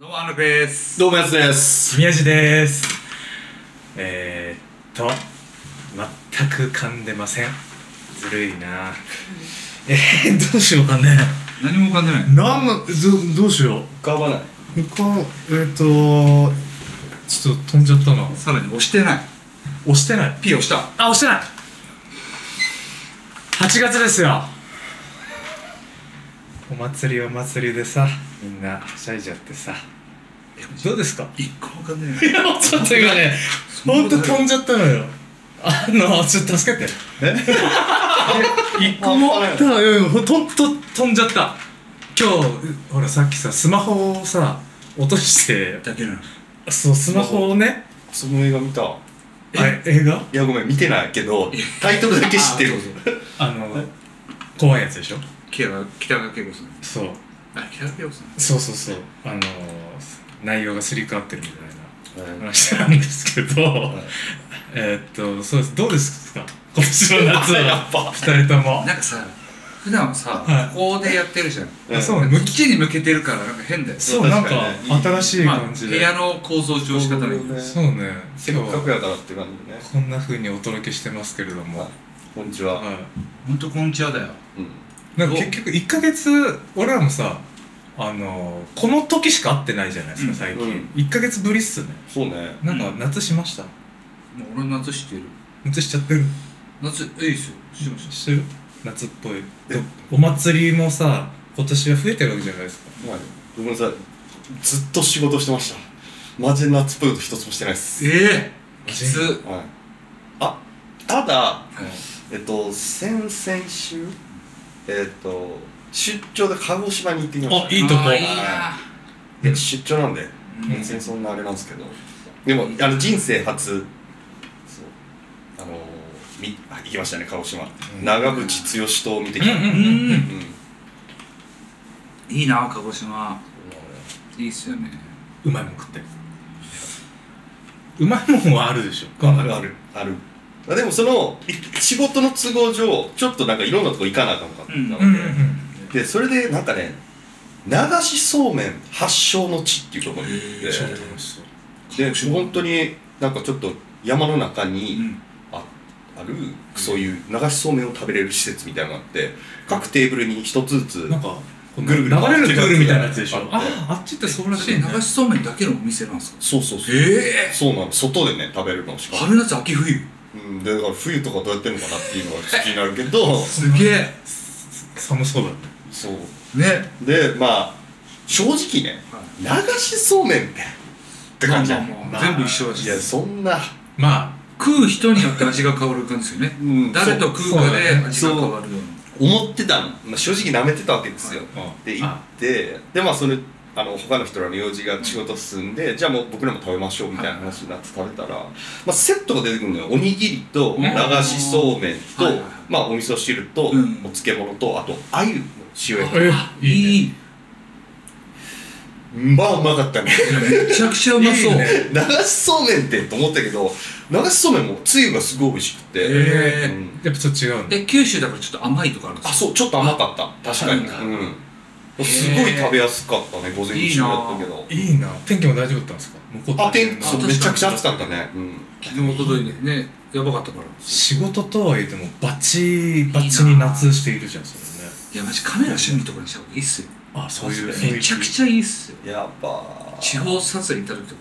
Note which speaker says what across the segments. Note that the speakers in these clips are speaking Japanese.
Speaker 1: 楽です
Speaker 2: どうもやつです
Speaker 3: 宮地ですえー、っと全く噛んでませんずるいな えー、どうしようかね
Speaker 1: 何も噛んでない
Speaker 3: なんのどどうしよう
Speaker 2: 浮かばない
Speaker 3: 他えー、っとちょっと飛んじゃったな
Speaker 1: さらに押してない
Speaker 3: 押してない
Speaker 1: P 押した
Speaker 3: あ押してない8月ですよお祭りお祭りでさみんなはしゃいじゃってさどうですか
Speaker 1: 一個も噛んでない
Speaker 3: いや、ちょっと今ね、ほんと飛んじゃったのよ。あの、ちょっと助けて。
Speaker 2: え
Speaker 3: 一個も、
Speaker 2: ああれ
Speaker 3: ただ、うん、ほんと、飛んじゃった。今日、ほら、さっきさ、スマホをさ、落として、
Speaker 1: だけなの
Speaker 3: そう、スマホをね、
Speaker 2: その映画見たい
Speaker 3: あれ映画
Speaker 2: やごめん見てないけど タイトルだけ知ってる
Speaker 3: あの、怖いやつでしょ
Speaker 1: 北川北川景子さん
Speaker 3: そう。
Speaker 1: あ北川景子さん
Speaker 3: そうそうそう。あの、内容がすり替わってるみたいな。話なんですけど、えーっとそうですどうですか今年の 夏
Speaker 2: やっ
Speaker 3: は
Speaker 2: ぱ
Speaker 3: 二人とも
Speaker 1: なんかさ普段はさ、
Speaker 3: はい
Speaker 1: ここでやってるじゃん
Speaker 2: うん
Speaker 3: そう
Speaker 1: 向きに向けてるからなんか変だよ
Speaker 3: そう、
Speaker 2: 確
Speaker 3: なん
Speaker 2: か
Speaker 3: か
Speaker 2: にね
Speaker 3: 新しい
Speaker 1: まあ
Speaker 3: 感じ
Speaker 1: 部
Speaker 3: で。
Speaker 1: 屋の構造上仕方ない
Speaker 2: そうね
Speaker 3: そうね。
Speaker 2: せっ
Speaker 3: 今日
Speaker 2: かく
Speaker 3: は
Speaker 2: やからって感じね
Speaker 3: こんな風にお届けしてますけれども。
Speaker 2: あ
Speaker 3: は。
Speaker 2: こんにちはい
Speaker 1: ほんとこんにちはだよ
Speaker 2: うん
Speaker 3: なんか結局1ヶ月俺らもさ、あのこの時しか会ってないじゃないです
Speaker 1: う
Speaker 3: か
Speaker 1: ん
Speaker 3: 最
Speaker 2: うん
Speaker 3: 近。1ヶ月ぶりっすね。
Speaker 2: そうね
Speaker 3: なんか
Speaker 1: うん
Speaker 3: 夏しました。
Speaker 1: もう俺の夏知ってる
Speaker 3: 夏しちゃってる。
Speaker 1: 夏えいいっすよ知ってまし
Speaker 3: してる？夏っぽい
Speaker 2: え。
Speaker 3: お祭りもさ、今年は増えてるわけじゃないですか。
Speaker 2: はいごめんなさいずっと仕事してましたマジで夏っぽいこと一つもしてないです
Speaker 1: たええきつ
Speaker 3: マ
Speaker 2: はいあただ
Speaker 1: はい
Speaker 2: えっと先々週えっと出張で鹿児島に行ってきました
Speaker 3: あいいとこ
Speaker 1: あーいいな
Speaker 2: で出張なんで
Speaker 1: うん
Speaker 2: 別にそんなあれなんですけどでもあの人生初そうあのみあ行きましたね鹿児島、
Speaker 3: うん
Speaker 2: 長渕剛とを見てきた、
Speaker 3: うんうん
Speaker 1: うん
Speaker 2: うん
Speaker 1: いいな鹿児島いいっすよね
Speaker 3: うまいもん食って。うまいもんはあるでしょ。
Speaker 2: あるあるあるあでもそのい仕事の都合上ちょっとなんかいろんなとこ行かなあかんかったので、
Speaker 1: うん
Speaker 3: うんうん。
Speaker 2: でそれでなんかね流しそうめん発祥の地っていうところに行
Speaker 3: 超
Speaker 2: っ
Speaker 3: 楽しそう。
Speaker 2: てで本当になんかちょっと山の中に、
Speaker 1: うん
Speaker 2: あるそういう流しそうめんを食べれる施設みたいなのがあって各テーブルに一つずつ
Speaker 3: なんか、この
Speaker 2: ぐるぐる
Speaker 3: 流
Speaker 2: 回
Speaker 3: れ
Speaker 2: っ
Speaker 3: る
Speaker 2: て
Speaker 3: プ
Speaker 2: るやつ
Speaker 3: ールみたいなやつでしょ
Speaker 2: あっ。て
Speaker 3: あ、あっちってそうらしいね。
Speaker 1: 流しそうめんだけのお店なんですか
Speaker 2: そうそうそう、
Speaker 1: ええ
Speaker 2: そうなの外でね食べるのしかも
Speaker 1: 春夏秋冬
Speaker 2: うん、でだから冬とかどうやってんのかなっていうのが気になるけど
Speaker 1: すげえ
Speaker 3: 寒そうだね。
Speaker 2: そう
Speaker 1: ね
Speaker 2: でまあ正直ね流しそうめんってって感じじゃん
Speaker 1: まあまあま
Speaker 3: ま
Speaker 1: あ
Speaker 3: あ
Speaker 1: 全部一緒だ
Speaker 2: い
Speaker 1: し
Speaker 2: やそんな、
Speaker 3: ま
Speaker 1: 食う人によって味が変わる感じですよね
Speaker 2: うん
Speaker 1: 誰と食うかで味
Speaker 2: そ
Speaker 1: が
Speaker 2: う
Speaker 1: 変わるよう
Speaker 2: 思ってたの、まあ、正直なめてたわけですよ、
Speaker 3: あ、
Speaker 2: で行っ
Speaker 3: あ
Speaker 2: てでまあそれあの他の人らの用事が仕事進んで、じゃあもう僕らも食べましょうみたいな話になって食べたら、まあ、セットが出てくるのよおにぎりと流しそうめんと、
Speaker 1: はいはいはい
Speaker 2: まあ、お味噌汁と、
Speaker 1: うん
Speaker 2: お漬物とあと鮎の塩焼
Speaker 3: え
Speaker 1: な、
Speaker 3: いいね。
Speaker 1: い
Speaker 2: きまあうまかったね
Speaker 1: めちゃくちゃうまそう
Speaker 3: いいね
Speaker 2: 流しそうめんってと思ったけど流しそうめんもつゆがすごい美味しくて、
Speaker 1: えー
Speaker 2: うん
Speaker 3: やっぱちょっと違うんだ。
Speaker 1: え九州だからちょっと甘いとかあるんで
Speaker 2: あ
Speaker 1: すか
Speaker 2: そうちょっと甘かった確かに、
Speaker 1: そう
Speaker 2: うん、すごい食べやすかったね午前中だったけど
Speaker 3: いいな。天気も大丈夫だったんですか残って
Speaker 2: あ天
Speaker 1: あ
Speaker 2: そ
Speaker 1: 確
Speaker 2: う
Speaker 1: か
Speaker 2: め
Speaker 1: に
Speaker 2: ちゃくちゃ暑かったね、うん
Speaker 1: 昨日おとといねねやばかったから
Speaker 3: 仕事とはいえでもバッチバッチに夏しているじゃん、それね。
Speaker 1: いやマジカメラ趣味とかにした方がいいっすよ
Speaker 3: あ、そういう
Speaker 1: めちゃくちゃいいっすよ
Speaker 2: やっぱ
Speaker 1: 地方撮影行った時とかも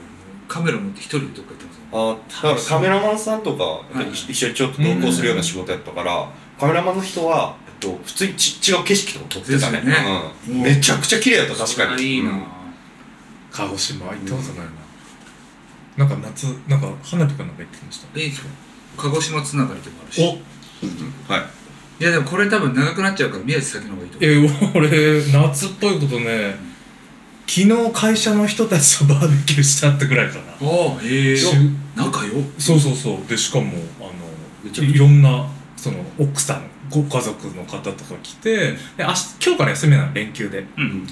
Speaker 1: カメラ持って一人でどっか行ってますよ
Speaker 2: あだからカメラマンさんとか
Speaker 1: い
Speaker 2: 一緒にちょっと同行するような仕事やったから、カメラマンの人は、えっと、普通にち違う景色とか撮ってたね
Speaker 1: ですよね
Speaker 2: う
Speaker 1: うん
Speaker 2: ん、めちゃくちゃ綺麗だった確か
Speaker 1: そ
Speaker 2: に
Speaker 1: れいいな、
Speaker 2: うん
Speaker 3: 鹿児島行ったことないな。なんか夏、なんか花火かなんか行ってきました。
Speaker 1: いいですか鹿児島つながりでもあるし
Speaker 3: お
Speaker 2: はい
Speaker 1: いやでもこれ多分長くなっちゃうから宮地先の方がいいと思う
Speaker 3: え 俺夏っぽいことね昨日会社の人たちとバーベキューしたってぐらいかな
Speaker 1: ああええ
Speaker 3: し
Speaker 1: 仲よ
Speaker 3: そうそうそうでしかもあ
Speaker 2: めちゃ
Speaker 3: の
Speaker 2: くちゃ
Speaker 3: いろんなその奥さんご家族の方とか来てで明日今日から休みなの連休で
Speaker 1: うん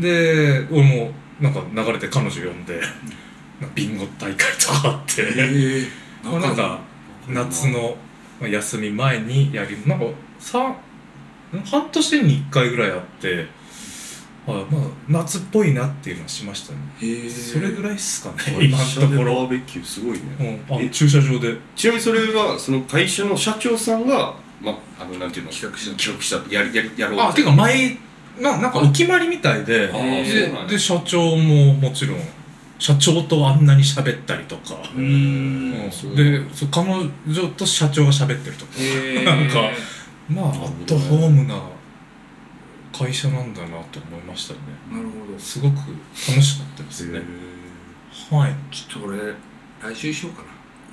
Speaker 3: で俺もなんか流れて彼女呼んでなんかビンゴ大会とかあって、
Speaker 1: ええ
Speaker 3: もうなんか夏の休み前にやりなんかさん半年に1回ぐらいあってはいまあ、夏っぽいなっていうのはしましたね
Speaker 1: へえ
Speaker 3: それぐらいっすかね
Speaker 2: 会
Speaker 3: 今
Speaker 2: 社
Speaker 3: の
Speaker 2: で
Speaker 3: とこ
Speaker 2: バ
Speaker 3: ろ
Speaker 2: ーベキューすごいね、
Speaker 3: うんあ
Speaker 2: え
Speaker 3: 駐車場で
Speaker 2: ちなみにそれはその会社の社長さんがまああのなんていうの
Speaker 1: 企画した
Speaker 2: 企画したやりやりやろう
Speaker 3: あていうか前がなんかお決まりみたいで
Speaker 2: あ
Speaker 1: あ
Speaker 2: ーそうな
Speaker 3: で
Speaker 2: んや
Speaker 3: で社長ももちろん社長とあんなに喋ったりとか、
Speaker 1: うー
Speaker 3: うん
Speaker 1: ん
Speaker 2: んそう
Speaker 3: でそう彼女と社長が喋ってるとか
Speaker 1: へえ
Speaker 3: なんかまあア
Speaker 2: なるほどね
Speaker 3: ットホームな会社なんだなと思いましたね
Speaker 1: なるほど
Speaker 3: すごく楽しかったですね
Speaker 2: へ
Speaker 3: はい
Speaker 1: ちょっと俺来週しようかな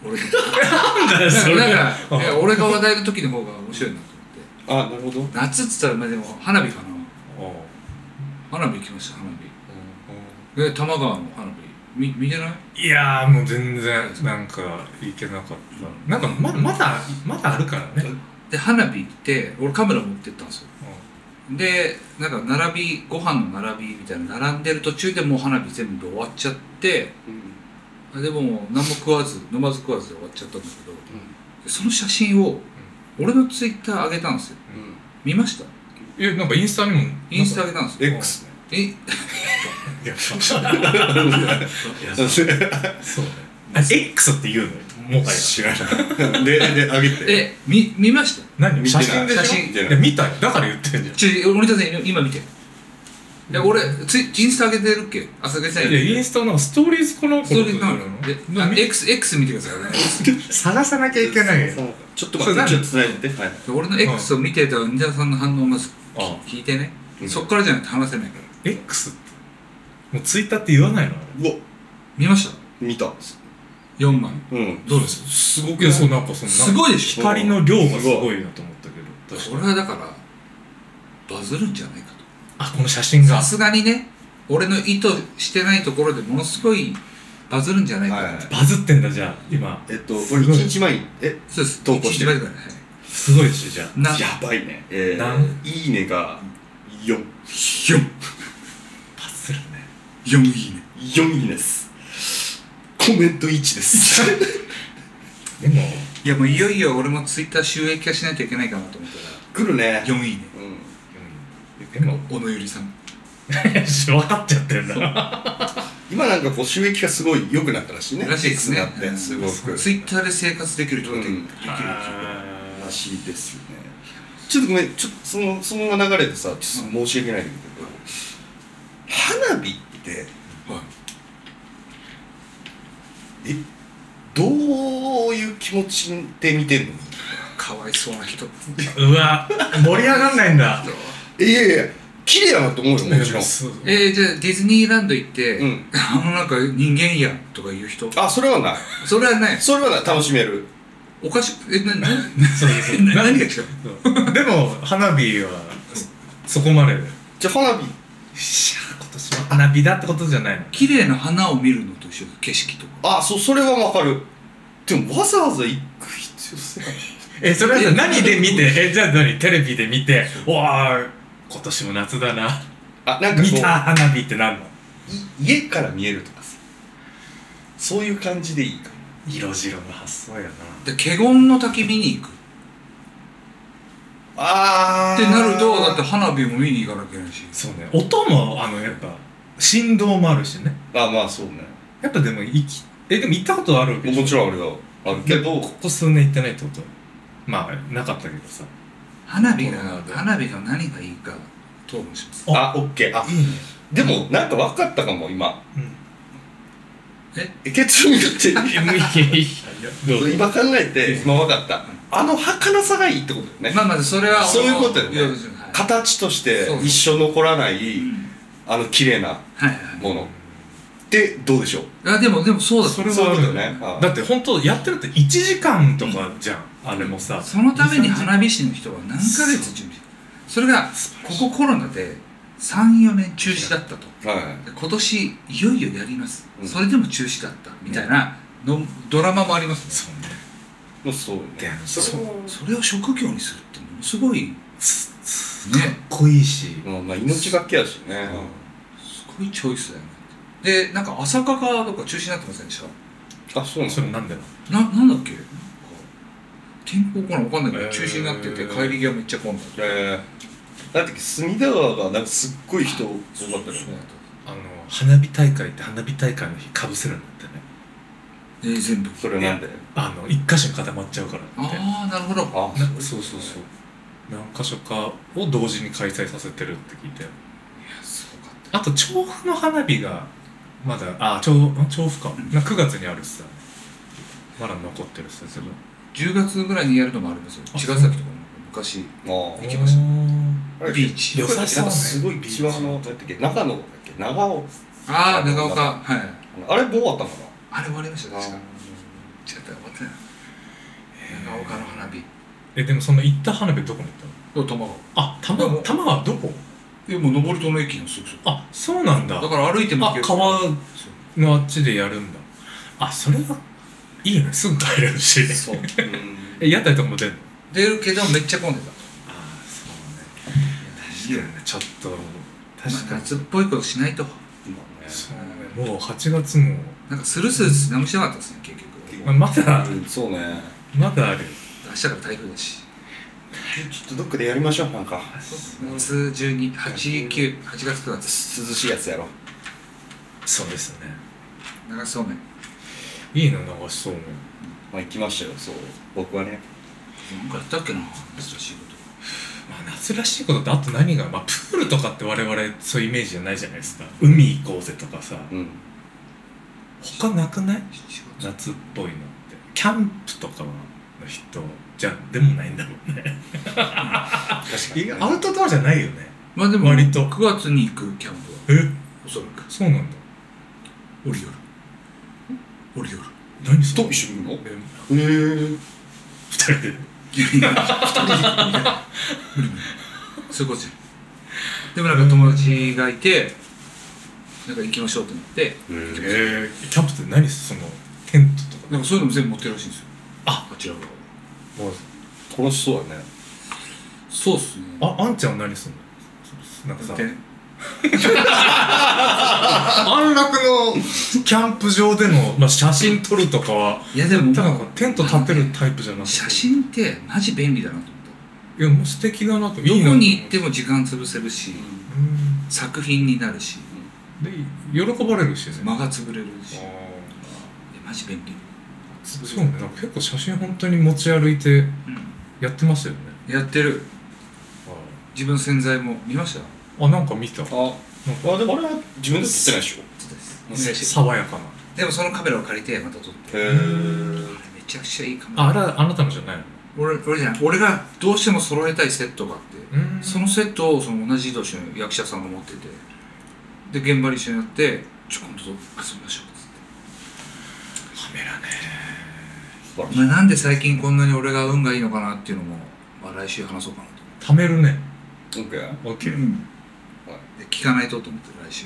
Speaker 1: 俺
Speaker 3: なんだよ それ
Speaker 1: だから
Speaker 3: あ
Speaker 1: いや俺が話題の時の方が面白いなと思って
Speaker 2: ーあなるほど、うん
Speaker 1: 夏っつったらまあでも花火かな花火行きました花火で多摩川の花火み見てない
Speaker 3: いやーもう全然なんかいけなかったなんかままだまだあるからね、
Speaker 1: で花火行って俺カメラ持ってったんですよでなんか並びご飯の並びみたいな並んでる途中でもう花火全部終わっちゃってあでも何も食わず飲まず食わずで終わっちゃったんだけどでその写真を俺のツイッター上げたんですよ見ました
Speaker 3: うん、いやなんかインスタにも
Speaker 1: インスタ上げたんですよ
Speaker 2: X ね
Speaker 1: え
Speaker 3: いや そうねそうねあ X って言うのよもはや
Speaker 2: 知らない でであげて
Speaker 1: えみ見ました
Speaker 3: 何
Speaker 2: 見て
Speaker 3: 写
Speaker 2: ない
Speaker 3: 真でしょ
Speaker 1: 写真
Speaker 3: いや見たよだから言ってんじゃん
Speaker 1: ちょ森田さん今見てで俺ツイインスタ上げてるっけあ上げてない
Speaker 3: いや、インスタのストーリーズかな
Speaker 1: それな
Speaker 3: こ
Speaker 1: ん
Speaker 3: の
Speaker 1: かで
Speaker 3: な
Speaker 1: あ
Speaker 3: み
Speaker 1: X, X 見てくださいね
Speaker 3: 探さなきゃいけないよ。
Speaker 2: ちょっと待ってちょっと伝えてはい
Speaker 1: で俺の X を見てた忍者さんの反応をまず
Speaker 3: ああ
Speaker 1: 聞いてね
Speaker 2: うん
Speaker 1: そっからじゃないと話せないから
Speaker 3: X って。もうツイッターって言わないの
Speaker 2: うわ
Speaker 1: 見ました
Speaker 2: 見た
Speaker 1: 4枚
Speaker 2: うん
Speaker 1: どうです
Speaker 3: すごくいや、そう、なんかその、
Speaker 1: すごいでしょ
Speaker 3: 光の量がすごいなと思ったけど。確
Speaker 1: こ
Speaker 3: か
Speaker 1: れ
Speaker 3: に。
Speaker 1: はだからバズるんじゃないかと
Speaker 3: あ、この写真が
Speaker 1: さ。すがにね俺の意図してないところでものすごいバズるんじゃないかと、
Speaker 2: はい
Speaker 3: バズってんだ、じゃあ。今。
Speaker 2: えっと
Speaker 3: すご
Speaker 2: これ
Speaker 3: い
Speaker 2: 一日前にえ
Speaker 1: そうです
Speaker 2: 投稿し
Speaker 1: 一日
Speaker 2: て
Speaker 1: 前だから
Speaker 3: すごいでしょ、じゃあ。
Speaker 1: ねな
Speaker 2: やばいねえ
Speaker 3: なん
Speaker 2: ーいいねが4
Speaker 1: 44
Speaker 3: バズるね。
Speaker 1: いいね
Speaker 2: 4いいねですコメント1です
Speaker 3: でも、
Speaker 1: いやもういよいよ俺もツイッター収益化しないといけないかなと思った
Speaker 2: 来るね
Speaker 1: ら4いいね
Speaker 2: うん
Speaker 3: でも、
Speaker 1: 小野ゆりさん
Speaker 3: 分かっちゃってるな。
Speaker 2: 今なんかこう収益がすごい良くなったらしいね
Speaker 1: らしいですね
Speaker 2: なってすごく
Speaker 1: ツイッターで生活できる人ができる、
Speaker 2: うん
Speaker 1: できる
Speaker 2: ら
Speaker 3: あー
Speaker 2: しいですよねちょっとごめんちょっとそのその流れでさちょっと申し訳ないんだけど花火って
Speaker 1: はい
Speaker 2: えどういう気持ちで見てんの
Speaker 1: かわいそうな 人
Speaker 3: うわ、盛り上がんないんだ。
Speaker 2: いやいやいや綺麗やなと思うよもちろん
Speaker 3: そう
Speaker 1: えー、じゃあディズニーランド行って、
Speaker 2: うん
Speaker 1: あのなんか人間やんとか言う人
Speaker 2: あそれはない
Speaker 1: それはね
Speaker 2: それはない楽しめる
Speaker 1: おかしくえなな
Speaker 3: そうそう
Speaker 1: 何が違う
Speaker 3: そうでも花火はそこまででよ
Speaker 2: じゃあ花火
Speaker 3: っしゃ今年は花火だってことじゃないの
Speaker 1: 綺麗な花を見るのと一緒景色とか
Speaker 2: あそそれはわかるでもわざわざ行く必要性
Speaker 3: えそれはさ
Speaker 1: え
Speaker 3: 何で見てえじゃあ何テレビで見てうわあ今年も夏だな
Speaker 2: あなんかこ
Speaker 3: 見
Speaker 2: う
Speaker 3: た花火ってなんの
Speaker 2: い家から見えるとかさそういう感じでいいか
Speaker 3: 色白の発想やな
Speaker 1: で華厳の滝見に行くっ
Speaker 2: あ
Speaker 1: てなるとだって花火も見に行かなきゃいけないし
Speaker 3: そうね音もあのやっぱ振動もあるしね
Speaker 2: あまあそうね
Speaker 3: やっぱでも行きえでも行ったことあるわけ
Speaker 2: もち
Speaker 3: ん
Speaker 2: ろんあれはあるけど
Speaker 3: ここ数年行ってないってことまあなかったけどさ
Speaker 1: 花火が
Speaker 3: そうなんだ
Speaker 1: 花火が何がいいか討論します
Speaker 2: あオッケーあ
Speaker 3: いいね
Speaker 2: でもなんか分かったかも今
Speaker 3: うん
Speaker 2: え結論言って
Speaker 3: いやいやいやどうぞ
Speaker 2: 今考えて今分かったあの儚さがいいってことだよね
Speaker 1: まあまあそれは
Speaker 2: そういうことよね
Speaker 1: よ、はい
Speaker 2: 形として
Speaker 1: そうそう
Speaker 2: 一生残らな
Speaker 1: う
Speaker 2: い
Speaker 1: ん
Speaker 2: あの綺麗な
Speaker 1: はいはい
Speaker 2: ものってどうでしょう
Speaker 1: あでもでもそうだと
Speaker 3: そ
Speaker 1: 思
Speaker 3: れ
Speaker 1: う
Speaker 2: そう
Speaker 3: は
Speaker 2: いう
Speaker 3: あ
Speaker 2: こ
Speaker 3: る
Speaker 2: と
Speaker 3: よ
Speaker 2: よね
Speaker 3: ね
Speaker 2: ああ
Speaker 3: だって本当やってると1時間とかじゃん、あれもさ
Speaker 1: そのために
Speaker 3: 火
Speaker 1: 花火師の人は何ヶ月準備してそれがここコロナで34年中止だったと
Speaker 2: は
Speaker 1: で今年いよいよやります、
Speaker 2: うん
Speaker 1: それでも中止だったみたいなのドラマもありますね
Speaker 3: そうね
Speaker 2: いもうそう
Speaker 3: で
Speaker 2: ね
Speaker 3: あの
Speaker 2: そ
Speaker 3: そう
Speaker 2: れ
Speaker 3: かっ
Speaker 2: は
Speaker 1: それを職業にするってものすごいね
Speaker 3: こいいし
Speaker 2: うんまあ命がけやしね
Speaker 1: すごいチョイスだよねでなんか朝霞がどっか中止になってませんでした
Speaker 2: あそうな
Speaker 3: それ
Speaker 2: の
Speaker 3: なんだよ
Speaker 1: ななんだっけなんか天候かなわかんないけど
Speaker 3: へー
Speaker 1: 中止になってて帰り際めっちゃ混んだ
Speaker 2: えなんだっけ隅田川がなんかすっごい人多かったよね
Speaker 3: あの花火大会って花火大会の日かぶせるんだってね
Speaker 1: えー全部
Speaker 2: それなんで
Speaker 3: あの一箇所に固まっちゃうからって
Speaker 1: ああなるほど
Speaker 2: あ
Speaker 3: なそうそうそう何箇所かを同時に開催させてるって聞いて
Speaker 1: すごかっ
Speaker 3: あと調布の花火がまだあ調ん調布かな9月にあるっすよねまだ残ってるっすよ全部
Speaker 1: た10月ぐらいにやるのもありますよ
Speaker 3: あ
Speaker 1: 茅ヶ崎とかも昔
Speaker 2: あ
Speaker 1: 行きました
Speaker 2: あ
Speaker 1: ビーチ
Speaker 3: 良さそうね
Speaker 2: なんかすごい一番あのなんだっけ長野だっけ長尾
Speaker 1: ああ
Speaker 2: あの
Speaker 1: 長岡
Speaker 2: な
Speaker 1: はい
Speaker 2: あれもう終わったのか
Speaker 1: あれ終わりました
Speaker 2: な
Speaker 1: 確か違った終わってない長岡の花火
Speaker 3: えでもその行った花火どこに行った
Speaker 1: と
Speaker 3: の
Speaker 1: 玉川
Speaker 3: あ玉
Speaker 1: うん
Speaker 3: 玉はどこ
Speaker 1: でもう登戸の駅のすぐそこ
Speaker 3: あそうなんだ
Speaker 1: だから歩いても行
Speaker 3: あ
Speaker 1: ける
Speaker 3: 川
Speaker 1: そう
Speaker 3: のあっちでやるんだあそれはいいねすぐ帰れるし
Speaker 1: そう
Speaker 2: うん
Speaker 3: え屋台とかも出るの
Speaker 1: 出るけどめっちゃ混んでた
Speaker 3: ああそう
Speaker 1: いいよ
Speaker 3: ねちょっと確
Speaker 1: ま
Speaker 3: か
Speaker 1: あ
Speaker 3: に
Speaker 1: 夏っぽいことしないと
Speaker 3: そうねもう8月も、
Speaker 1: なんかスルスル何もしなかったですね結局
Speaker 3: まあ、まだ
Speaker 2: うんそうね
Speaker 3: まだある
Speaker 1: 明日から台風だし
Speaker 2: ちょっとどっかでやりましょうなんか
Speaker 1: 夏12898月9月です
Speaker 2: 涼しいやつやろ
Speaker 3: そうですね
Speaker 1: 長そうめん
Speaker 3: いいな流しそうめん
Speaker 2: まあ行きましたよそう僕はね
Speaker 1: なんかやったっけな珍しいこと
Speaker 3: まあ、夏らしいことってあと何が、まあ、プールとかって我々そういうイメージじゃないじゃないですか海行こうぜとかさ
Speaker 2: うん
Speaker 3: 他なくな
Speaker 1: 7
Speaker 3: い
Speaker 1: 月
Speaker 3: 夏っぽいのってキャンプとかの人じゃでもないんだもんね
Speaker 2: 確か
Speaker 3: いやアウトドアじゃないよね
Speaker 1: まあでも
Speaker 3: 割と
Speaker 1: 9月に行くキャンプは
Speaker 3: え
Speaker 1: おそらく
Speaker 3: そうなんだ
Speaker 1: オリオルオリオル
Speaker 3: 何そ
Speaker 2: と
Speaker 3: れ
Speaker 2: 一緒に行く
Speaker 3: え
Speaker 2: のへえ
Speaker 3: 二人
Speaker 1: い
Speaker 3: で
Speaker 1: やいや二人でいや無理無理そういうことじゃないでもなんか友達がいてなんか行きましょうと思って
Speaker 3: えー、キャンプって何そのテントとか
Speaker 1: なんかそういうのも全部持ってるらしいんですよ
Speaker 3: あ
Speaker 1: あちら側は
Speaker 3: もう
Speaker 2: 楽しそうだね
Speaker 1: そうっすね
Speaker 3: ああんちゃんは何すんのなんかさ
Speaker 1: で
Speaker 3: 安楽のキャンプ場での、まあ、写真撮るとかはい
Speaker 1: やでも
Speaker 3: ただなんかテント立てるタイプじゃなくて
Speaker 1: 写真ってマジ便利だなと思っ
Speaker 3: いやもう素敵だなと
Speaker 1: たどこに行って
Speaker 3: も
Speaker 1: も時間潰せるし作品になるし
Speaker 3: で喜ばれるしね
Speaker 1: 間が潰れるしいや
Speaker 3: あ
Speaker 1: マジ便利
Speaker 3: ーそうねなんか結構写真本当に持ち歩いて
Speaker 1: う
Speaker 3: やってますよね
Speaker 1: んやってる自分の洗剤も見ました
Speaker 3: あなんか見た
Speaker 2: ああでもあれは自分で撮ってないでしょ
Speaker 1: さ
Speaker 3: 爽やかな
Speaker 1: でもそのカメラを借りてまた撮って
Speaker 2: へ
Speaker 1: あ
Speaker 2: え
Speaker 1: れめちゃくちゃいいカメラ
Speaker 3: ああれあなたのじゃないの
Speaker 1: 俺俺じゃない俺がどうしても揃えたいセットがあって
Speaker 3: うん
Speaker 1: そのセットをその同じ年の役者さんが持っててで現場に一緒になって「ちょ今度遊びましょう」っつっ、
Speaker 3: カメラね
Speaker 2: 素晴らして
Speaker 1: まあ、なんで最近こんなに俺が運がいいのかなっていうのも、まあ、来週話そうかなと思
Speaker 3: 貯めるね
Speaker 2: い OK
Speaker 3: オッ
Speaker 1: って、
Speaker 3: ケー
Speaker 1: で聞かないとと思って来週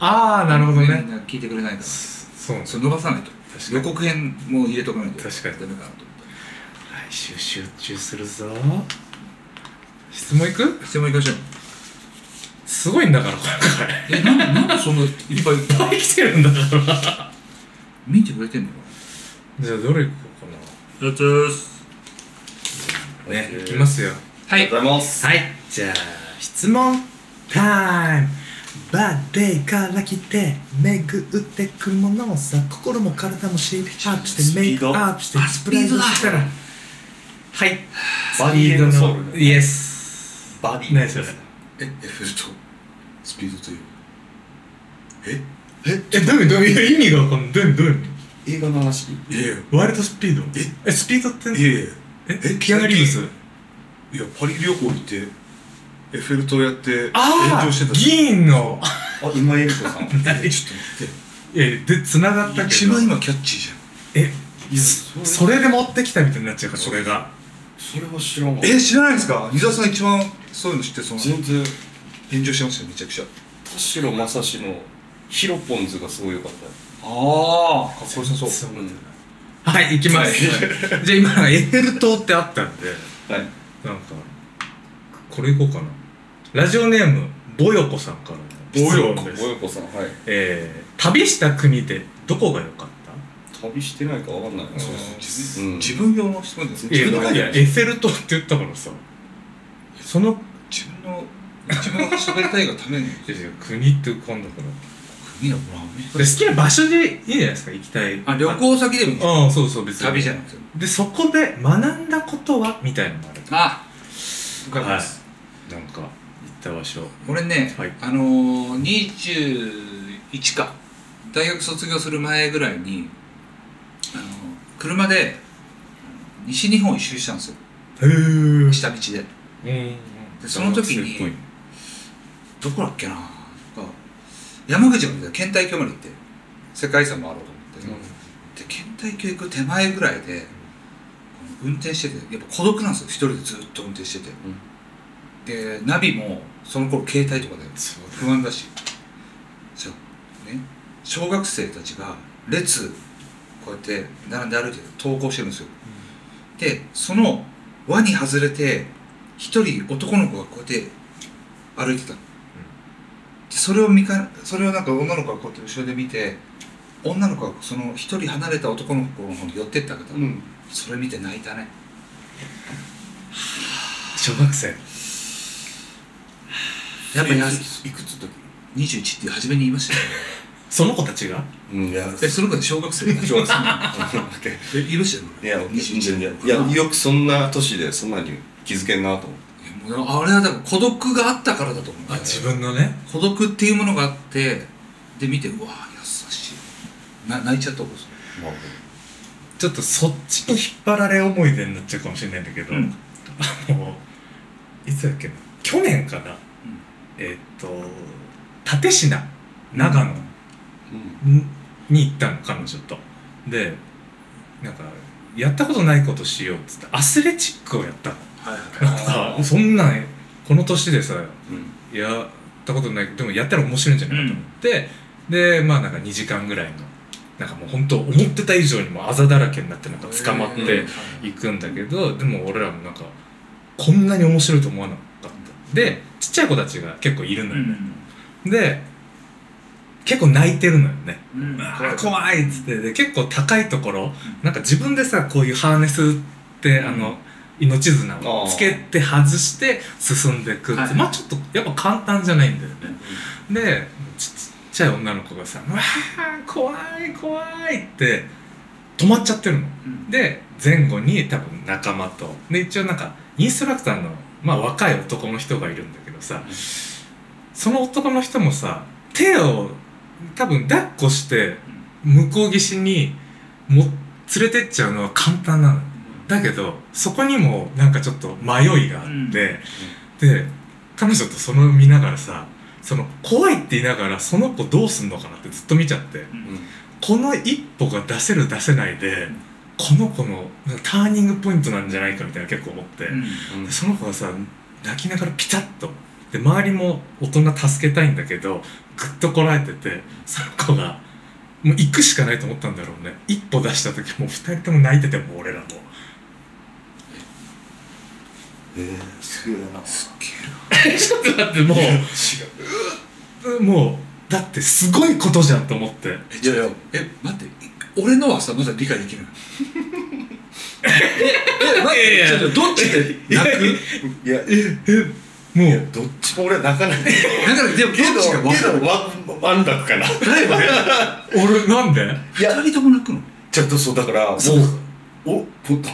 Speaker 3: ああなるほど
Speaker 1: み
Speaker 3: ね
Speaker 1: んな聞いてくれないから
Speaker 3: そう
Speaker 1: それ伸ばさないと
Speaker 3: 確か
Speaker 1: 予
Speaker 3: に
Speaker 1: 告編も入れとかないと
Speaker 3: 確かに
Speaker 1: ダメかなと思っ
Speaker 3: 来週集中するぞ質問いく
Speaker 1: て質問いきましょう
Speaker 3: すごいんだから今回
Speaker 1: えなんなんでそんないっぱい
Speaker 3: いっぱい来てるんだから
Speaker 1: 見てくれてんのか
Speaker 3: じゃあどれ行こうかな
Speaker 1: なやつーす
Speaker 3: ね、
Speaker 2: えー
Speaker 3: いきますよ。
Speaker 1: は
Speaker 2: あ
Speaker 1: い
Speaker 2: りがとうございます
Speaker 3: はい、じゃあ、質問タイムバーデイから来て、巡ってくるものをさ、心も体もシェイプアップして、メイクアップして、
Speaker 1: あスピードだ
Speaker 3: したら、はい、
Speaker 2: バディソウル
Speaker 3: イエス。
Speaker 2: バディ
Speaker 3: 何それ
Speaker 1: えエッフェルとスピードという
Speaker 3: え、どういう、どういう意味がわかんない。どういう、どういう
Speaker 2: 映画の話
Speaker 1: いやいや
Speaker 3: ワイルドスピードえ、スピードって、
Speaker 1: いやいや
Speaker 3: え
Speaker 1: え
Speaker 3: キアヌ・リーブス
Speaker 1: いやパリ旅行行ってエッフェル塔やって
Speaker 3: あ
Speaker 1: 炎上して
Speaker 3: あ
Speaker 1: た
Speaker 3: 議員の。
Speaker 2: あ今江里子さん
Speaker 1: えちょっと
Speaker 3: え、で、繋がった
Speaker 1: 待
Speaker 3: け
Speaker 1: って一
Speaker 3: ど。
Speaker 1: 番今キャッチーじ
Speaker 3: え
Speaker 1: いや
Speaker 3: そそれで持ってきたみたいになっちゃうから
Speaker 2: そ
Speaker 3: そうれが
Speaker 2: それは知らんわ
Speaker 1: ゃんえ知らないですか伊沢さん一番そういうの知ってそうな
Speaker 2: 全然
Speaker 1: 炎上してましたよめちゃくちゃ
Speaker 2: 田代正史のヒロポンズがすごい良かったよ
Speaker 1: ああかっこよさそう
Speaker 3: そう
Speaker 2: うん
Speaker 3: はい行きます じゃあ今エッフェル塔ってあったんで
Speaker 2: はい
Speaker 3: なんかこれいこうかなラジオネームぼよこさんからの質問です
Speaker 2: ぼよこさんはい
Speaker 3: えー、旅した国でどこが良かっ
Speaker 2: 旅してないかわかんないな
Speaker 3: そう
Speaker 1: 自
Speaker 2: うん
Speaker 1: 分自分用の質問です
Speaker 3: たい
Speaker 1: ね
Speaker 3: や
Speaker 1: 自
Speaker 3: い
Speaker 1: 分の
Speaker 3: や
Speaker 1: 回
Speaker 3: い
Speaker 1: じゃ
Speaker 3: や
Speaker 1: な
Speaker 3: エ
Speaker 1: い
Speaker 3: ッフェル塔って言ったからさその
Speaker 1: 自の一番喋りたいがため に
Speaker 3: いやいや国って今度この
Speaker 1: 国のブラウンね
Speaker 3: で好きな場所でいいじゃないですか行きたい
Speaker 1: あ旅行先でもいいじゃん
Speaker 3: うんそうそう別に
Speaker 1: 旅じゃなくても
Speaker 3: でそこで学んだことはみたいなのもある
Speaker 1: あわかります、
Speaker 3: なんか行った場所
Speaker 1: 俺ね、
Speaker 3: はい
Speaker 1: あのー、21か大学卒業する前ぐらいに、あのー車であの西日本一周したんですよ
Speaker 3: へえ
Speaker 1: 下道で
Speaker 3: うん
Speaker 1: でその時にどこだっけなとか山口まで県大橋まで行って世界遺産もあろうと思って、で県大橋行く手前ぐらいで運転しててやっぱ孤独なんですよ一人でずっと運転してて、でナビもその頃携帯とかで
Speaker 3: そう
Speaker 1: 不安だしそうね小学生たちが列こうやって並んで歩いて登校してるんですよ、でその輪に外れて一人男の子がこうやって歩いてたの、でそれを見かそれをなんか女の子がこうやって後ろで見て女の子がその一人離れた男の子の方に寄ってってあげたの、
Speaker 2: うん
Speaker 1: それ見て泣いたね
Speaker 3: 小学生
Speaker 1: やっぱり
Speaker 2: いくついくつの時
Speaker 1: 21って初めに言いましたよね
Speaker 3: その子たちが
Speaker 2: うん いや
Speaker 1: えその子小学生だ
Speaker 2: 小学生 OK
Speaker 1: え言いましたよ
Speaker 2: い
Speaker 1: ね
Speaker 2: や、
Speaker 1: 21
Speaker 2: 全然いや、よくそんな年でそんなに気づけんなと思っ
Speaker 1: い
Speaker 2: て。
Speaker 1: やもうあれはだから孤独があったからだと思う
Speaker 3: あ自分のね
Speaker 1: 孤独っていうものがあってで見てうわ優しいな泣いちゃったこと
Speaker 3: ちょっとそっちに引っ張られ思い出になっちゃうかもしれないんだけど、
Speaker 1: うん
Speaker 3: あのいつだっけな去年かな、えーっと蓼科長野
Speaker 2: うん
Speaker 3: んに行ったの彼女とでなんかやったことないことしようっつってアスレチックをやったの
Speaker 1: はい
Speaker 3: なんかそんなんこの年でさ
Speaker 2: うん
Speaker 3: やったことないでもやったら面白いんじゃないかと思って、でまあなんか2時間ぐらいのなんかもう本当思ってた以上にもうあざだらけになってなんか捕まっ
Speaker 2: へ
Speaker 3: て
Speaker 2: ー
Speaker 3: 行くんだけどでも俺らもなんかこんなに面白いと思わなかったでちっちゃい子たちが結構いるの
Speaker 1: う
Speaker 3: よ、
Speaker 1: ん
Speaker 3: で結構泣いてるのよね
Speaker 1: うん
Speaker 3: 「あー怖い」っつってで結構高いところなんか自分でさこういうハーネスって、
Speaker 1: うん
Speaker 3: あの命綱をつけて外して進んでいくって、
Speaker 1: はい
Speaker 3: まあちょっとやっぱ簡単じゃないんだよね、でちちっちゃい女の子がさ「うわー怖い怖い」って止まっちゃってるの。
Speaker 1: うん
Speaker 3: で前後に多分仲間とで一応なんかインストラクターの、まあ、若い男の人がいるんだけどさ、その男の人もさ手を多分抱っこして向こう岸にも連れてっちゃうのは簡単なのだけどそこにもなんかちょっと迷いがあっ
Speaker 1: う
Speaker 3: て、
Speaker 1: ん
Speaker 3: で彼女とその見ながらさその怖いって言いながらその子どうすんのかなってずっと見ちゃってこの一歩が出せる出せないで、
Speaker 1: うん
Speaker 3: この子のターニングポイントなんじゃないかみたいな結構思って、
Speaker 1: うん
Speaker 2: うん
Speaker 3: でその子がさ泣きながらピタッとで周りも大人助けたいんだけどぐっとこらえててその子がもう行くしかないと思ったんだろうね一歩出した時もう二人とも泣いててもう俺らも
Speaker 2: えーすげえな。
Speaker 1: すっげ
Speaker 3: ちょっと待って もうもうだってすごいことじゃんと思って
Speaker 1: えない
Speaker 2: やいや
Speaker 1: え待って俺のはさまだ理解できないええ待
Speaker 3: いやい
Speaker 1: っ
Speaker 3: や
Speaker 1: てちょっとどっちで泣く
Speaker 2: い
Speaker 3: も
Speaker 2: や、
Speaker 3: う
Speaker 2: どっちも俺は泣かない。け
Speaker 1: だからでもどっ
Speaker 2: ど、
Speaker 1: ちが分かる
Speaker 2: けど、ワン、ワンダックかな。
Speaker 1: だよね
Speaker 3: 俺なんで
Speaker 2: いや
Speaker 1: 2人とも泣くの
Speaker 2: ちょっとそう、だから、もう、お、ほんと、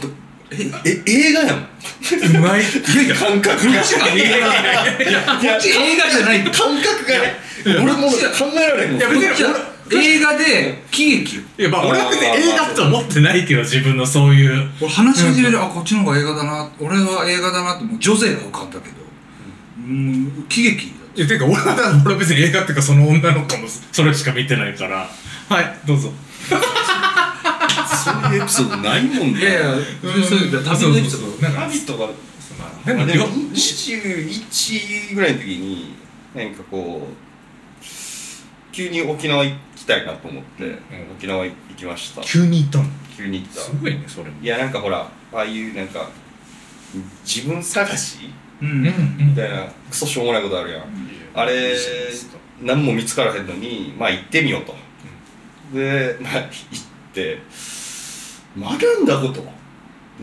Speaker 1: えいや
Speaker 2: え、映画やん。
Speaker 3: うまい
Speaker 1: いやこ
Speaker 2: 感覚が。
Speaker 1: っちがこっち映画じゃないんだ
Speaker 2: 感覚がね、俺もう考えられんもん。
Speaker 3: いや別に
Speaker 1: じゃ映画で喜劇よ
Speaker 3: いやまあ俺は別に
Speaker 2: まあまあ
Speaker 3: 映画とは思ってないけど自分のそういう
Speaker 1: 俺話し始めるあこっちの方が映画だな俺は映画だなってもう女性が浮かんだけどうん喜劇だ
Speaker 3: いやてか俺はだから俺は別に映画っていうかその女の子もそれしか見てないからはいどうぞ
Speaker 2: そういうエピソードないもん
Speaker 1: いやいや、そういう旅のエピソード
Speaker 3: なん
Speaker 2: ハ
Speaker 3: か
Speaker 2: ビットが
Speaker 3: でも
Speaker 2: で
Speaker 3: 両
Speaker 2: も21ぐらいの時に何かこう急に沖縄行きたいなと思って、沖縄行きました
Speaker 3: 急に行ったの
Speaker 2: 急に行った
Speaker 3: すごいねそれも
Speaker 2: いやなんかほらああいうなんか自分探し
Speaker 1: うん
Speaker 2: みたいなクソしょうもないことあるやんあれ何も見つからへんのにまあ行ってみようと、でまあ行って学んだこと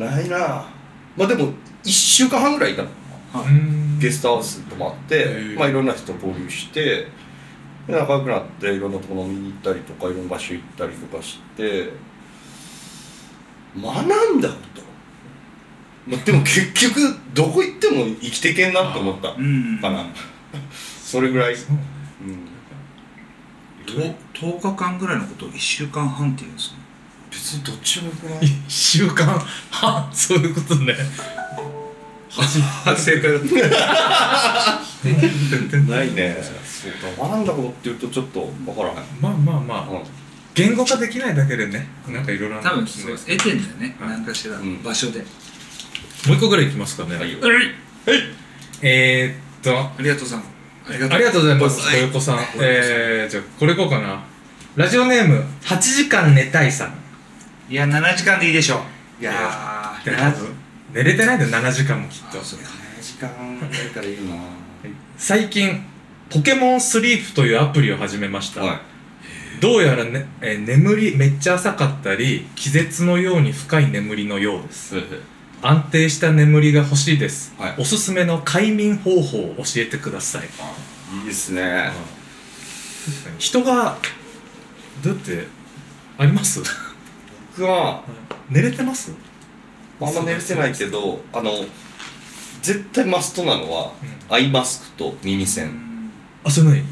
Speaker 2: ないなまあでも1週間半ぐらいいたのかな
Speaker 3: うん
Speaker 2: ゲストハウスに泊まって、まあ、いろんな人と交流してで仲良くなっていろんなところ飲みに行ったりとかいろんな場所行ったりとかして学んだこと、まあ、でも結局どこ行っても生きてけんなと思ったか
Speaker 1: うん
Speaker 2: なそれぐらい、
Speaker 3: そう
Speaker 2: うん、
Speaker 1: と10日間ぐらいのことを1週間半っていうんですね
Speaker 2: 別にどっちもよくない
Speaker 3: 一週間はそういうことね
Speaker 1: 正解だった
Speaker 2: ないねそうだ学んだことっていうとちょっと分からない、
Speaker 3: まあまあまあ
Speaker 2: うん
Speaker 3: 言語化できないだけでねなんかいろいろな
Speaker 1: 多分そうです得てんだよね何かしら
Speaker 2: うん
Speaker 1: 場所で
Speaker 3: もう一個ぐらいいきますかね、
Speaker 2: はいよ
Speaker 3: えー、っと
Speaker 1: ありがとうさんありがとう
Speaker 3: ありがとうございます
Speaker 1: は
Speaker 3: 小
Speaker 1: い
Speaker 3: 横さんえー、じゃあこれいこうかなラジオネーム8時間寝たいさん
Speaker 1: いや7時間でいいでしょうい
Speaker 3: や
Speaker 1: や
Speaker 3: で多分寝れてないんだよ7時間もきっと
Speaker 1: そうか
Speaker 2: 時間ないからいいなは
Speaker 3: 最近ポケモンスリープというアプリを始めました、
Speaker 2: い
Speaker 3: どうやら、ねえー眠りめっちゃ浅かったり気絶のように深い眠りのようです安定した眠りが欲しいです、
Speaker 2: はい
Speaker 3: おすすめの快眠方法を教えてください、
Speaker 2: いいですね
Speaker 3: 人がだってあります
Speaker 2: 僕は
Speaker 3: 寝れてます
Speaker 2: あんま寝れてないけどあの絶対マストなのは
Speaker 3: うん
Speaker 2: アイマスクと耳
Speaker 1: う
Speaker 2: 栓
Speaker 1: ん
Speaker 3: あそれ何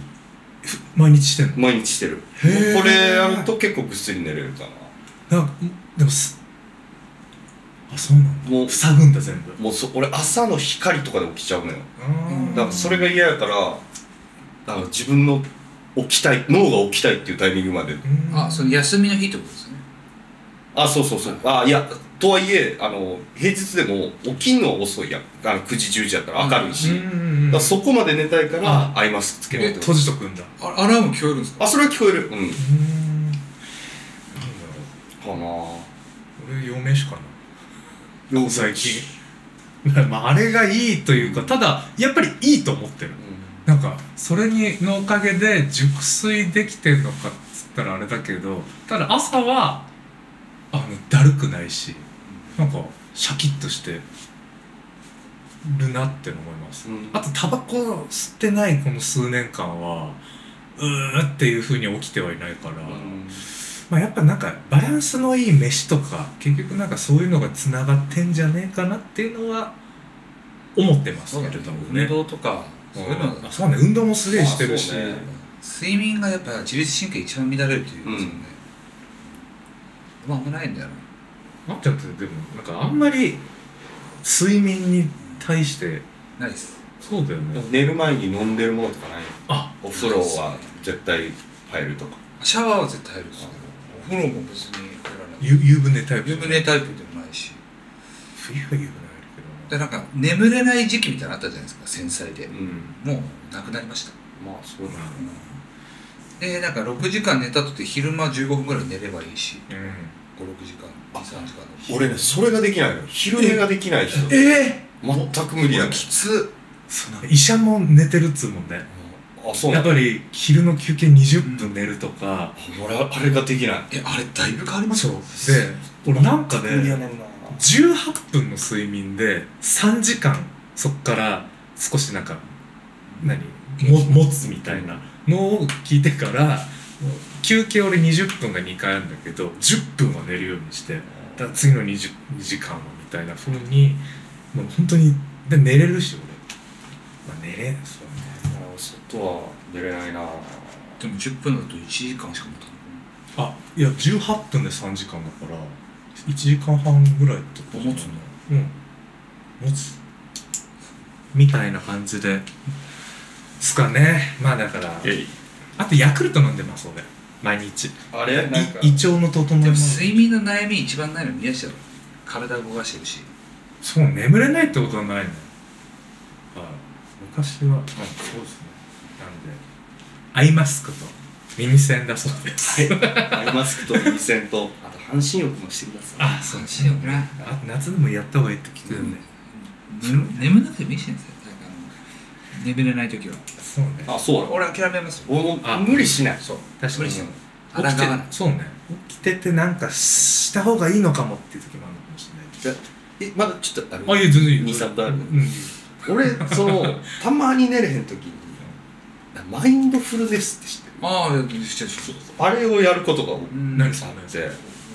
Speaker 3: ふ毎日してんの
Speaker 2: 毎日してる
Speaker 3: へー
Speaker 2: これやると結構ぐっすり寝れるかな
Speaker 3: なんかんでもすあそうなんだ
Speaker 2: もう
Speaker 3: 塞ぐんだ全部
Speaker 2: もうそ俺朝の光とかで起きちゃうのよ
Speaker 3: あ
Speaker 2: だからそれが嫌やからだから自分の起きたい脳が起きたいっていうタイミングまで
Speaker 1: あその休みの日ってことですね
Speaker 2: あそうそうそうあいやとはいえあの平日でも起きんのは遅いやんあの9時10時やったら明るいし、
Speaker 3: うん
Speaker 2: だか
Speaker 3: うんうん
Speaker 2: らそこまで寝たいから
Speaker 3: あ
Speaker 2: アイマスクつける
Speaker 3: え
Speaker 2: ってこと
Speaker 3: 閉じとくんだ
Speaker 1: あアラーム聞こえるんですか
Speaker 2: あそれは聞こえるうん
Speaker 3: うーんなんだ
Speaker 2: かな
Speaker 3: ろう俺嫁しかな最近
Speaker 2: う
Speaker 3: まああれがいいというかただやっぱりいいと思ってる
Speaker 2: ん
Speaker 3: なんかそれにのおかげで熟睡できてるのかっつったらあれだけどただ朝はあのだるくないしなんかシャキッとしてるなって思います
Speaker 2: うん
Speaker 3: あとタバコ吸ってないこの数年間はうーっていうふうに起きてはいないから、
Speaker 2: うん
Speaker 3: まあ、やっぱなんかバランスのいい飯とか結局なんかそういうのがつながってんじゃねえかなっていうのは思ってますけれどもね
Speaker 1: 運動とかそういうの
Speaker 3: あそうね運動もすげえしてるし、
Speaker 2: あそうね
Speaker 1: 睡眠がやっぱ自律神経一番乱れるというですよね、まあ危ないんだよな
Speaker 3: なっちゃんってでもなんかあんまり睡眠に対して
Speaker 1: ないっす
Speaker 3: そうだよね
Speaker 2: 寝る前に飲んでるものとかない
Speaker 3: あ
Speaker 2: お風呂は絶対入るとか
Speaker 1: シャワーは絶対入るんですけどお風呂も別に入らない
Speaker 3: ゆ湯船タイプ
Speaker 1: 湯船タイプでもないし
Speaker 3: 冬は湯船あるけ
Speaker 1: でなんか眠れない時期みたいなのあったじゃないですか繊細で
Speaker 2: う
Speaker 1: も
Speaker 2: ん
Speaker 1: うなくなりました、
Speaker 2: まあそうだ
Speaker 3: どな
Speaker 1: うんでなんか6時間寝たとて昼間15分ぐらい寝ればいいし
Speaker 3: うん
Speaker 1: 56時間23時間
Speaker 2: 俺ねそれができないの昼寝ができない人
Speaker 3: え
Speaker 2: 全く無理やねん
Speaker 1: きつ
Speaker 3: その医者も寝てるっつうもんね
Speaker 2: あそう
Speaker 3: や
Speaker 2: な
Speaker 3: っ
Speaker 2: の
Speaker 3: ぱり昼の休憩20分寝るとか、
Speaker 2: 俺あれができない
Speaker 1: えあれだいぶ変わります
Speaker 3: そう
Speaker 1: よ
Speaker 3: で俺なんか
Speaker 2: 無理や
Speaker 3: ね
Speaker 2: ねんな
Speaker 3: 18分の睡眠で3時間そっから少しなんか何も持つみたいなのを聞いてから休憩俺20分が2回あるんだけど10分は寝るようにしてだから次の 20, 2時間はみたいなふうにもう本当にで寝れるし俺、まあ、寝れそうね
Speaker 2: 外は出れないな
Speaker 1: でも10分だと1時間しか持たない
Speaker 3: あいや18分で3時間だから1時間半ぐらいってこと
Speaker 1: 持つんだ
Speaker 3: うん持つみたいな感じですかねまあだからあとヤクルト飲んでます俺毎日い
Speaker 2: あれなんか
Speaker 3: 胃腸の整い
Speaker 1: で
Speaker 3: も
Speaker 1: も睡眠の悩み一番ないの宮下だろ体動かしてるし
Speaker 3: そう眠れないってことはないねはい昔は、うん、そうですねなんでアイマスクと耳栓だそうです
Speaker 2: アイマスクと耳栓とあと半身浴もしてください
Speaker 3: あそうですね
Speaker 1: ね
Speaker 3: あ夏でもやった方がいいって聞くよね、
Speaker 1: 眠眠なくてもいいしねなんかあの眠れない時は
Speaker 3: そうね
Speaker 2: あそうだ
Speaker 1: 俺諦めますよ
Speaker 2: 俺も
Speaker 3: あ
Speaker 2: 無理しない
Speaker 1: そう
Speaker 3: 確
Speaker 1: 無
Speaker 3: か
Speaker 1: 理
Speaker 3: に
Speaker 1: しても抗
Speaker 3: 起
Speaker 1: わな
Speaker 3: き
Speaker 1: い
Speaker 3: てそうね起きててなんかした方がいいのかもっていう時もあるのかもしれない
Speaker 2: えまだちょっとある
Speaker 3: あいや全然いい
Speaker 2: 23分ある
Speaker 3: うん
Speaker 2: 俺そのたまに寝れへん時にマインドフルネスって知ってる
Speaker 1: ああやってるしてるしてる
Speaker 2: あれをやることが多
Speaker 1: うん
Speaker 3: 何さん
Speaker 2: くて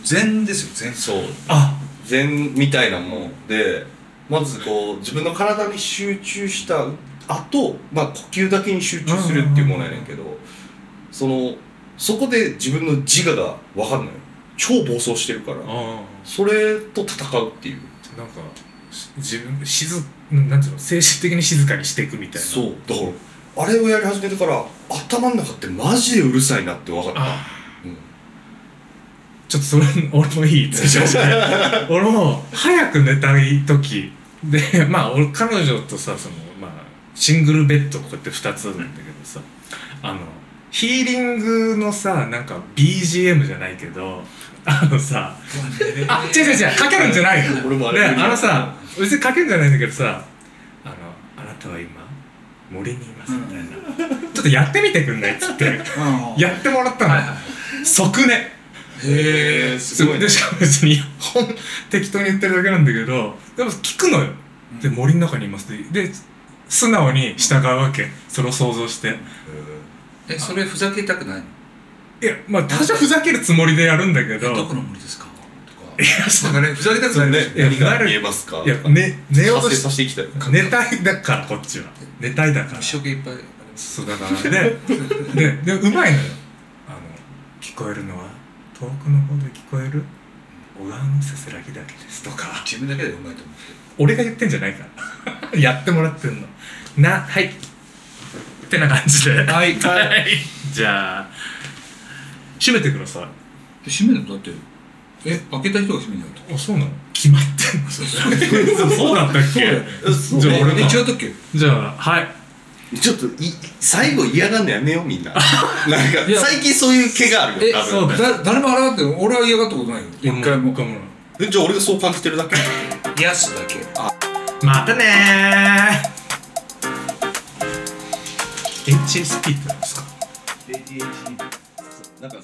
Speaker 1: 禅ですよ禅
Speaker 2: そう
Speaker 3: あ
Speaker 2: 禅みたいなもんでまずこう自分の体に集中した後、まあ呼吸だけに集中するっていうものやねんけどそのそこで自分の自我が分かんない超暴走してるから
Speaker 3: あ
Speaker 2: それと戦うっていう
Speaker 3: ーなんかし自分静なんていうの精神的に静かにしていくみたいな
Speaker 2: そうだからあれをやり始めてから頭の中ってマジでうるさいなって分かった
Speaker 3: あちょっとそれ俺もいいつけちゃいましたね俺も早く寝たい時でまあ俺彼女とさその、まあ、シングルベッドこうやって2つあるんだけどさ、あのヒーリングのさなんか BGM じゃないけどあのさあ違う違う違うかけるんじゃないの
Speaker 2: 俺もあれ
Speaker 3: ね
Speaker 2: 無理
Speaker 3: あのさ別にかけるんじゃないんだけどさあのあなたは今森にいますみたいな、ちょっとやってみてくんないっつって
Speaker 1: うん
Speaker 3: やってもらったの、
Speaker 1: はいは
Speaker 3: 即寝
Speaker 1: いへえ
Speaker 2: すごいね
Speaker 3: でしかも別にほん適当に言ってるだけなんだけどでも聞くのよで森の中にいますでで素直に従うわけそれを想像して
Speaker 1: えそれふざけたくないの
Speaker 3: いやまあ多少ふざけるつもりでやるんだけ
Speaker 1: え
Speaker 3: ど
Speaker 1: どこの森ですかと
Speaker 3: い
Speaker 1: か
Speaker 3: やそう
Speaker 1: なんかねふざけたく
Speaker 2: そ
Speaker 1: な
Speaker 2: れ
Speaker 1: い
Speaker 2: ね
Speaker 1: ですよ
Speaker 3: いや
Speaker 2: 何が
Speaker 3: なる
Speaker 2: 見えますか
Speaker 3: いや
Speaker 2: とか
Speaker 3: ね寝ようと
Speaker 2: 発生
Speaker 3: し
Speaker 2: させていきたい
Speaker 3: 寝たいだからこっちは寝たいだから
Speaker 1: 一生懸命いっぱい
Speaker 3: そうだからでででうまいのよあの聞こえるのは遠くの方で聞こえる小川のせせらぎだけですとか
Speaker 1: 自分だけでうまいと思って
Speaker 3: 俺が言ってんじゃないから やってもらってんのなはいってな感じで は
Speaker 1: はい
Speaker 3: いじゃあ閉めてください
Speaker 1: で閉めるのだってえ開けた人が閉めるんだよ
Speaker 3: あそうなの決まってんのそれそうだったっけ
Speaker 2: そう
Speaker 3: じゃあ
Speaker 1: え
Speaker 3: 俺
Speaker 1: え
Speaker 3: か
Speaker 1: 違うとっけ
Speaker 3: じゃあはい
Speaker 2: ちょっとい最後嫌がるのやめようみんななんか
Speaker 1: いや
Speaker 2: 最近そういう毛があるよ
Speaker 1: え
Speaker 2: 多
Speaker 3: そう
Speaker 2: 分
Speaker 3: だ
Speaker 1: だ誰も払わなくても俺は嫌がったことないよ一回も
Speaker 3: 一回も
Speaker 2: えじゃあ俺がそう感じてるだけ
Speaker 1: 癒やすだけ
Speaker 3: またねー HSP ってなんですか
Speaker 2: なんか